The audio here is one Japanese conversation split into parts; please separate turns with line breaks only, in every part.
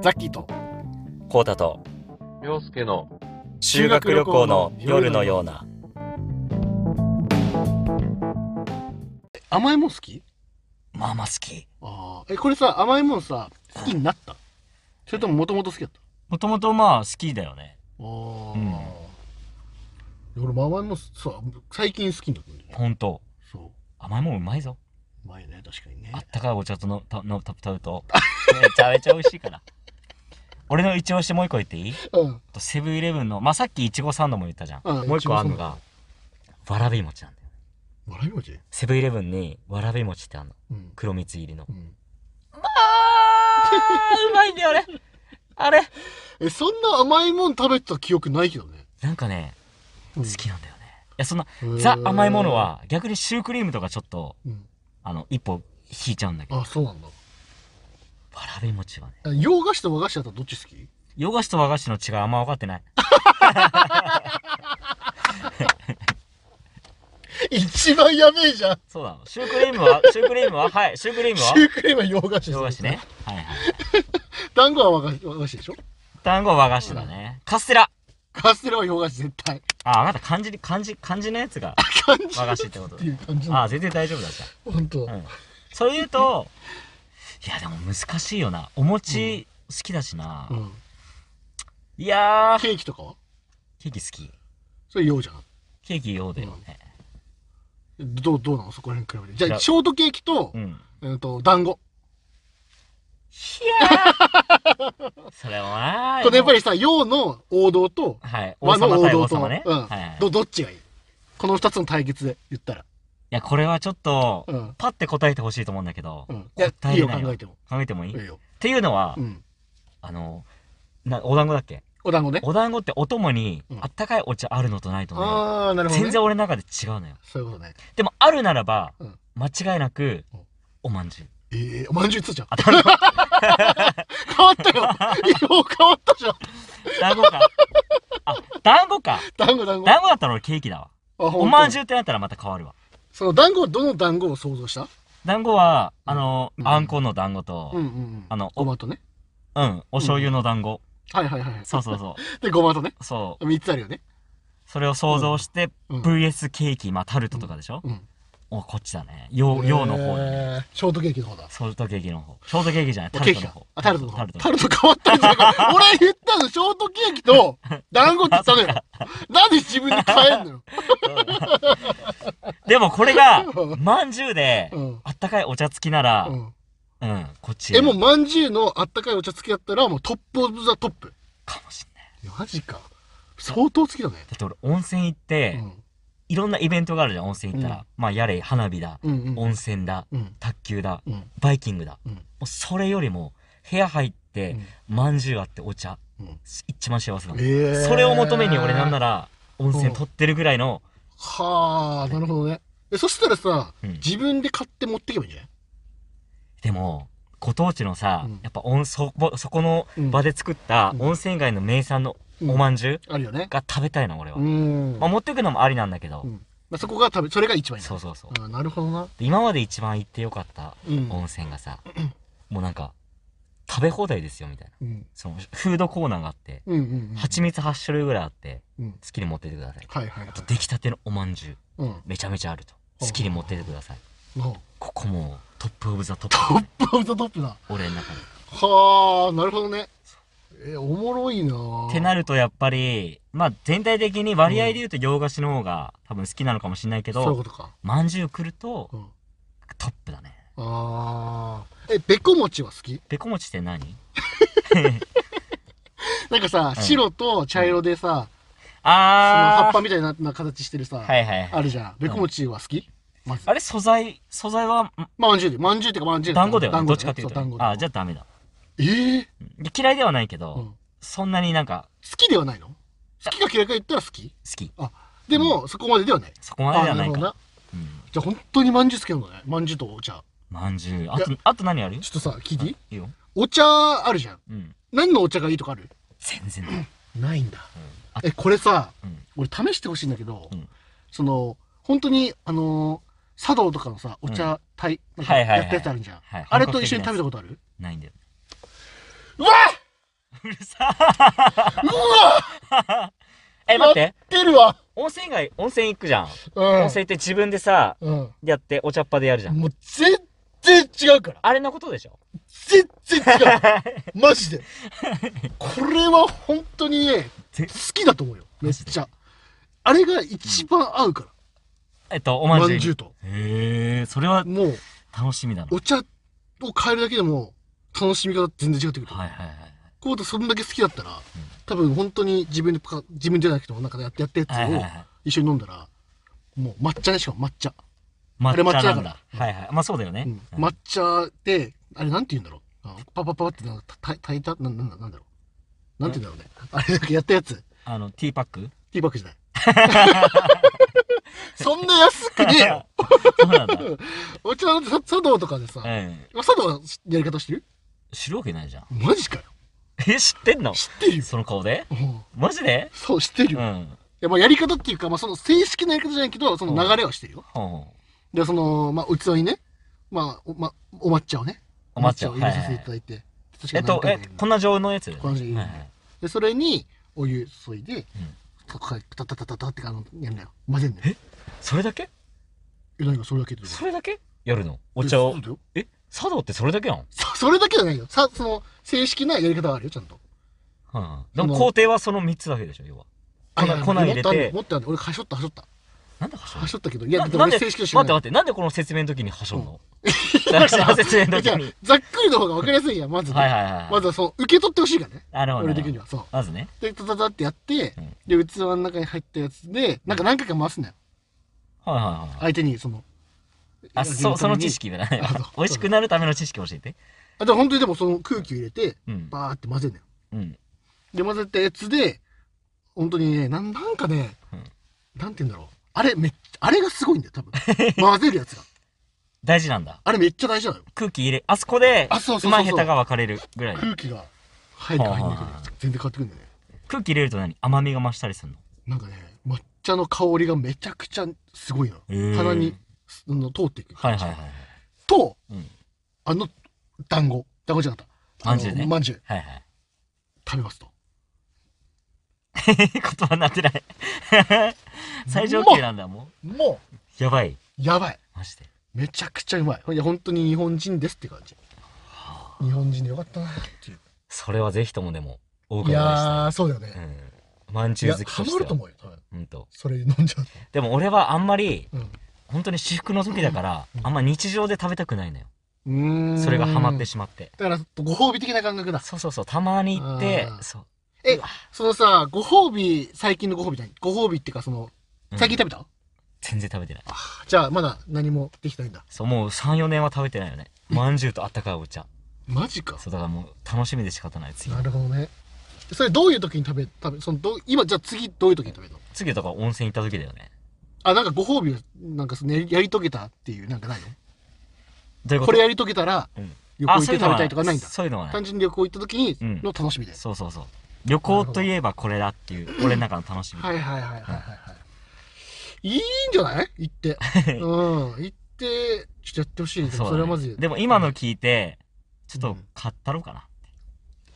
ザッキーと
コータと
洋介の
修学旅行の夜のような
甘いもん好き
まあまあ好き
ああえこれさ甘いもんさ好きになったそれとももともと好きだった
もともとまあ好きだよね
ああ、俺も甘いもんさ最近好きになったんだよね
ほんと
そう
甘いもんうまいぞ
うまいね確かにね
あったかいお茶とのたのたぶたぶとめちゃめちゃ美味しいから 俺の一押しもう一個言っていい
うん
あとセブンイレブンのまあさっきいちごサンドも言ったじゃん
あ
もう一個あるのがわらび餅なんだよ
わらび餅
セブンイレブンにわらび餅ってあんの
うん、
黒蜜入りの
うん、
あーうまいんだよあれあれ
えそんな甘いもん食べてた記憶ないけどね、
なんかね
うん
好きなんだよねいやそんな
へー
ザ甘いもの、は逆にシュークリームとかちょっと
うん、
あの一歩引いちゃうんだけどわ
あそうなんだ
らび餅はね
え洋菓子と和菓子だったらどっち好き
洋菓子と和菓子の違いあんま分かってない
一番やべえじゃん
そうだろシュークリーム はシュークリームははいシュークリームは
シュークリームは洋菓子
洋菓子ねはいはい
団子は和菓子和菓子でしょ
団子は和菓子だねカステラ
カステラは洋菓子絶対
ああなた漢字漢字漢字のやつが
感じ
和菓子ってこ と
っていう感じ
あ
な
あ全然大丈夫だじゃん
の本当、
うんそれ言うといやでも難しいよなお餅好きだしな、
うん、
いやー
ケーキとかは
ケーキ好き
それ洋じゃん
ケーキ用だよね
どうどうなのそこら辺比べてじ
い
ゃあ
や
ショートケーキと,、
うん
えっと団子
いやー それもなー
とねやっぱりさ洋の王道と
はい王
和の
様
王
対王
道と、
様ね、
うん
はいはい、
ど
い
どっちがいいこの二つの対決で言ったら
やこれはちょっと、
うん
パッて答えてほしいと思うんだけど、
うんいや
答
いい
え
よ
れない
考
よ
えても
考えてもい
い
い、
い
っ
よ、
ていうのは、
うん、
あのなお団子だっけ
お団子ね
お団子ってお供に、
うん
あったかいお茶あるのとないとのね
ああなるほど、ね、
全然俺の中で違うのよ
そういうことね
でもあるならば、
うん
間違いなく、
うん
おまんじゅう
ええおまんじゅうつうじゃん
あ団子
変わったよ色変わったじゃん
団子 かあ団子か
団子団子
団子だったら俺ケーキだわおまんじゅうってなったらまた変わるわ
その団子どの団子を想像した
団子はあの、
うん
あんこの団子と、
うんうんうん
あの
ごまとね
うん、お醤油の団子。
はいはいはい
そうそうそう
でごまとね
う。そう。
三つあるよね
それを想像して、
うん
VS ケーキ、まあタルトとかでしょ、
うん
お、こっちだね。洋、洋の方だね。
えーショートケーキの方だ
ソルトケーキの方。ショートケーキじゃない、タ
ケー
ルト
キ
の
か
方。
あタルトの方
タルトの
タルト変わったんじゃんか俺言ったのショートケーキと 団子って言ったのよなんで自分で変えんのよ
でもこれが
う、
まんじゅうで、
うん
あったかいお茶付きなら、
う
うん、
ん
こっち。
えもうまんじゅうのあったかいお茶付きだったらもうトップオブザトップ
かもしんない。
マジか相当好きだね
だって俺、温泉行って、
うん
いろんなイベントがあるじゃん、温泉行ったら。
うん
まあ、やれ、花火だ、
うんうん
温泉だ、
うん
卓球だ、
うん
バイキングだ。
うん
もうそれよりも、部屋入って、まんじゅうあってお茶、
うん
一番幸せなの、
えー
それを求めに俺なんなら温泉取ってるぐらいの
はあなるほどねえそしたらさ、
うん
自分で買って持ってけばいいんじゃない
でもご当地のさ、
うん
やっぱ温そこそこの場で作った
うん
温泉街の名産の
う
お
ん
まんじゅう
あるよね
が食べたいな俺は、
うん、
ま
ま
あ、持ってくのもありなんだけど、
うんあ、そこが食べそれが一番いい
そうそうそう、
あなるほどな
で今まで一番行ってよかった
うん、
温泉がさ、もうなんか食べ放題ですよみたいな
うん、
そのフードコーナーがあって
うんうんうん
蜂蜜8種類ぐらいあって
うん
好きに持ってってください
はいはいはい
あと出来たてのおまんじゅう
うん
めちゃめちゃあると好きに持ってってくださ い
な
ここもうトップオブザトップ
トップオブザトップだ
俺の中で。
はあなるほどねえおもろいなぁ
ってなるとやっぱりまあ全体的に割合で言うと洋菓子の方が多分好きなのかもしれないけ
そういう
ど
ことか、
まんじゅう来ると
うん、
トップだね
あーえべこ餅は好き
べこ餅って 何
なんかさ、
うん
白と茶色でさ、その葉
あ
っぱみたいなな形してるさ、
ーはいはいはい
あるじゃんべこ餅は好き、まず
あれ素材素材はん
まんじゅうでまんじゅうっていうかまんじゅう
団子だよねどっちかっていう
そう
と
団
ね
子
あーじゃ
ゃ
あダメだ
えー
うん嫌いではないけ
うん
ど
好
そんなになんか
きではないの好きか嫌いか言ったら好き
好き
でも、そこまでではない
そこまででは
あな
な
る
い
ほど
か
な
うん
じゃあ本当にまんじゅう好きなのねまんじゅうとお茶
まんじゅうあとあと何ある
ちょっとさ聞いていい
いいよ
お茶あるじゃん
うん
何のお茶がいいとかある
全然ない
ないんだ
うんあ
えこれさ
うん
俺試してほしいんだけど、
うん
その本当にあのー茶道とかのさお茶たいなんか
はいはいはい
やったやつあるじゃん、
はい
あれと一緒に食べたことある
ないんだよ
うわ
うるさ
うわ
え、待って。
出るわ
温泉街、温泉行くじゃん。
うん。
温泉って自分でさ、
うん。
やって、お茶っ葉でやるじゃん。
もう全然違うから。
あれのことでしょ
全然違う。マジで。これは本当にね、好
ぜ
きだと思うよ。めっちゃ。あれが一番合うか
えっと、お
ら。
ま
ま
ん
ん
じ
じ
ゅ
ゅ
う。
うと。
へえ、それは
もう、
楽しみだな。
お茶を変えるだけでも、楽しみ方全然違ってくる。
はいはいはい。
コートそんだけ好きだったら、多分本当に自分でパカ、自分じゃなくてもなんかやってやったやつ
はいはい
を
はい。
一緒に飲んだら、もう抹茶ね、しかも抹茶。
抹
れ抹茶だ
な
か
ん
ら
だ。はいはい。まあそうだよね
う。ん抹茶で、あれなんて言うんだろうあパパパパってなんかた炊いたなんなんなんだろうなんて言うんだろうねあれだけやったやつ
あの、ティーパック
ティーバッグじゃないそんな安くねえよ
そうなんだ。
お茶なんてさ茶道とかでさ
うん。
茶道はやり方してる
知るわけないじゃん。
マジかよ
え、知ってんの
知ってるよ、
その顔で
うん
マジで
そう知ってる
う
よ、い
ん。
やまあやり方っていうか、まあ、その正式なやり方じゃないけどその流れはしてるよ、
ほうほ
でその、まあ、器にね、まあおま、お抹茶をね
うお抹茶。
を
は
入
い
れさ
は
せてい
い
た。だいて、
えっと、え、粉状のやつ
粉状のやつ
はいはい
で、それに、お湯注いで、たたたたたたたってあの、やんなよ。混ぜんなよ。
それだけ
え、何がそれだけって
それだけやるのお茶を
そう。だよ
え、茶道ってそれだけなの
そそれだけじゃないよ。さ、その、正式なやり方があるよ、ちゃんと。
うん。でも工程はその3つだけでしょ、要は。粉
いやいや
粉入れて
もっとあんだよもっとあんだよ俺、はしょった、はしょった。
なんだかしら
はしょったけど、いや、
な
だって
なんで、
俺
待
正
って
式
待
な
って、なんでこの説明の時に はしょんの私の説明 の
じゃ
時
あ
に。
ざっくりの方が分かりやすいやん、まずね。
はいはいはい。
まずはそう、受け取ってほしいからね。
なるほど
俺
な
的
るほ
に
ど。
は。そう。
まずね。
で、たたたってやって
うん、
で、器の中に入ったやつで、なんか何回か回すなよ。
はいはいはい。
相手に、その。
あ、そ、その知。識だね
あそう。
美味しくなるための知識教えて。
あ、でも本当にでもその空気を入れて、
うん。
バーって混ぜんなよ。
うん。
で混ぜたやつで本当にねなんなんかね、
うん
なんて言うんだろうあれめっあれがすごいんだよ 多分混ぜるやつが
大事なんだ。
あれめっちゃ大事なのよ
空気入れ、あそこで、
あそうそううそ
ま
う
い下手が分かれるぐらい。
空気が入るか入んないか
はあ
で全然変わってくるんだよね
空気入れると何甘みが増したりするの
なんかね抹茶の香りがめちゃくちゃすごいの
へー
鼻にすあの通っていく
はいはい
い
はいはい。
と
うん。
あの団子団子じゃなかった
まんじゅうね
あのまんじゅう
はいはい。
食べますと
言葉になってない。最上級なんだ、も
も
う。やばい。
うやばい
マジで。
めちゃくちゃうまいいや本当に日本人ですって感じ日本人でよかったなっていう
それはぜひともでも、お
い
伺いした
やーそうだよね
い。うん。まんじ
い
ゅう
や
好きと
ハマる
して
と
は。
思うよ多分
うんと。
それ飲んじゃう
でも俺はあんまり、
と
本当に至福の時だから、あんま日常で食べたくないのよ。
うん
それがハマって
し
しまって。
だからご褒美的な感覚だ
そうそうそう、たまに行って
あ、ー
そう。
え
うわ
そのさご褒美最近のご褒美何ご褒美っていうかその
うん
最近食べた、
全然食べてない。
じゃあまだ何もできてないんだ
そう、もう3、4年は食べてないよね。まんじゅうとあったかいお茶。
マジか
そう、だからもう楽しみで仕方ない。次
な。るほどねそれどういう時に食べ食べそのどう今じゃあ次どういう時に食べるの
次だから温泉行った時だよね。
あなんかご褒美をなんかそのやりやり遂げたっていうなんかないの
どういう
こ
こと
れやり遂げたら
うん
旅行
あ
行って
そういう
食
の
べ
は
たいとかないんだ
そういうのはない
単。純に旅行行った時に
うん
の楽しみで、
そうそうそう。旅行といえばこれだっていう、俺の中の楽しみ。
はいはいはいはいはいはい。いいんじゃない行って。うん。行って、ちょっとやってほしいね。でも
うだね
それはまず。
でも今の聞いて、ちょっと買ったろうかな。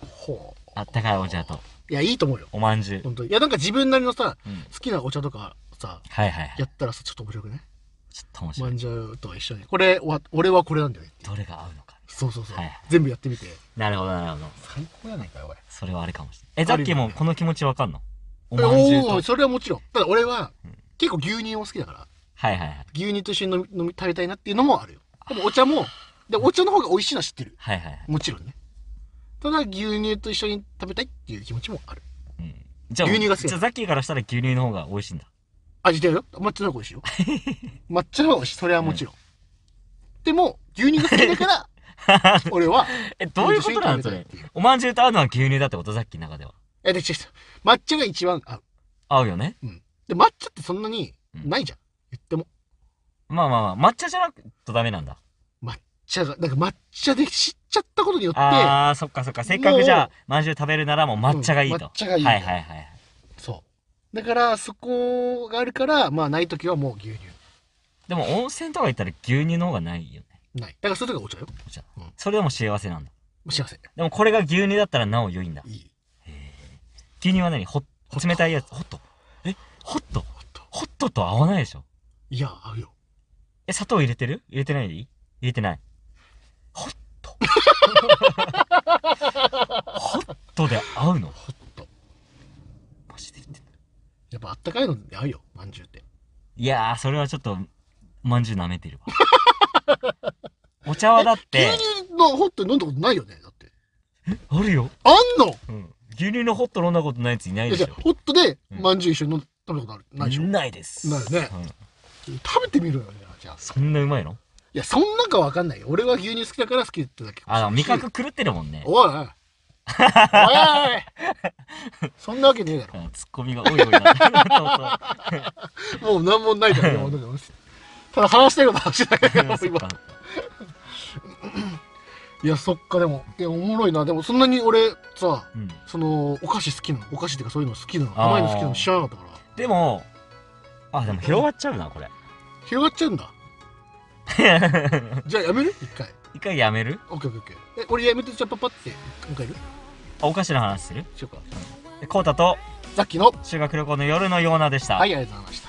ほう。
あったかいお茶と、
いや、いいと思うよ。
おまんじゅう。
本当に。いや、なんか自分なりのさ、
うん
好きなお茶とかさ、
はいはいはい。
やったらさ、ちょっと面白くね。
ちょっと面白
ま
い。
んじゅうと一緒に。これ、わ俺はこれなんだよね。
どれが合うのか。
そうそうそう
はい。
全部やってみて。
なるほどなるほど。
最高やないかよ、おい。
それはあれかもしれない。え、ザッキーもこの気持ちわかんのおまんじゅうと。
お
は
おー、
い
それはもちろん。ただ俺は
うん、
結構牛乳を好きだから、
はいはい。
牛乳と一緒に飲み飲み食べたいなっていうのもあるよ。でもお茶も、で、お茶の方が美味しいのは知ってる。
はいはいはい。
もちろんね。ただ、牛乳と一緒に食べたいっていう気持ちもある。
うんじゃあ、
牛乳が好きなの
じゃあザッキーからしたら牛乳の方が美味 しいんだ。
味だよ。抹茶の方が美味しいよ。抹茶の方が美味しい。それはもちろん。でも、牛乳が好きだか ら、俺は、
え、どういうことなんそれ。おまんじゅうと合うのは牛乳だってことザッキーの中では。
え、で、違う違う。抹茶が一番合う。
合うよね。
で、抹茶ってそんなにないじゃん。言っても。
まあまあまあ、抹茶じゃなくとダメなんだ。
茶が、なんか抹茶で知っちゃったことによって、
あー、そっかそっか。せっかくじゃあ、まんじゅう食べるならもう抹茶がいいと。
うん抹茶がいい
はいはいはい。
そう。だから、そこがあるから、まあ、ないときはもう牛乳。
でも温泉とか行ったら牛乳の方がないよね。
ない。だから、それとかお茶よ。
お茶
うん
それでも幸せなんだ。
幸せ。
でもこれが牛乳だったらなお良いんだ。
いい。
牛乳は何ほ冷たいやつホットえホットホットと合わないでしょ
いや、合うよ。
え砂糖入れてる入れてないでいい入れてないホッ トホットで合うの
ホット。
マジで言ってんだ
やっぱあったかいのに合うよ、まんじゅうって。
いやーそれはちょっとまんじゅう舐めてるわ お茶はだって
牛乳のホット飲んだことないよね、だって。
あるよ、
あんの
うん、牛乳のホット飲んだことないやついない
い
で
や
し
じ
ょ
ゃあホットで
うん
まんじゅう一緒に飲ん食べたことあるないでしょ
ないです
ないよね
うん
食べてみろよ、じゃあ。
そんなうまいの
いや、そんなんかわかんないよ。俺は牛乳好きだから好きってだけ。
あ味覚狂ってるもんね
おいおい。おいおいそんなわけねえだろ。
うんツッコミが多い多いなそ
もうなんもないからね、俺の話ただ話したいこと話してないか
う
ら、
そう
今
そっ。か
いや、そっか、でも。いや、おもろいな。でも、そんなに俺、さ、
うん
その、お菓子好きなの。お菓子っていうか、そういうの好きなの。
あー
甘いの好きなの知らなかったから。
でもあでも広がっちゃうなこれ
広がっちゃうんだ。じゃあ、やめる一回。
一回やめる
オッケーオッケーオッケー。え、俺やめて、じゃあパパって、一回やる
あお菓子の話する
しようか。
コウタと
さっきの、
修学旅行の夜のようなでした
はい、ありがとうございました。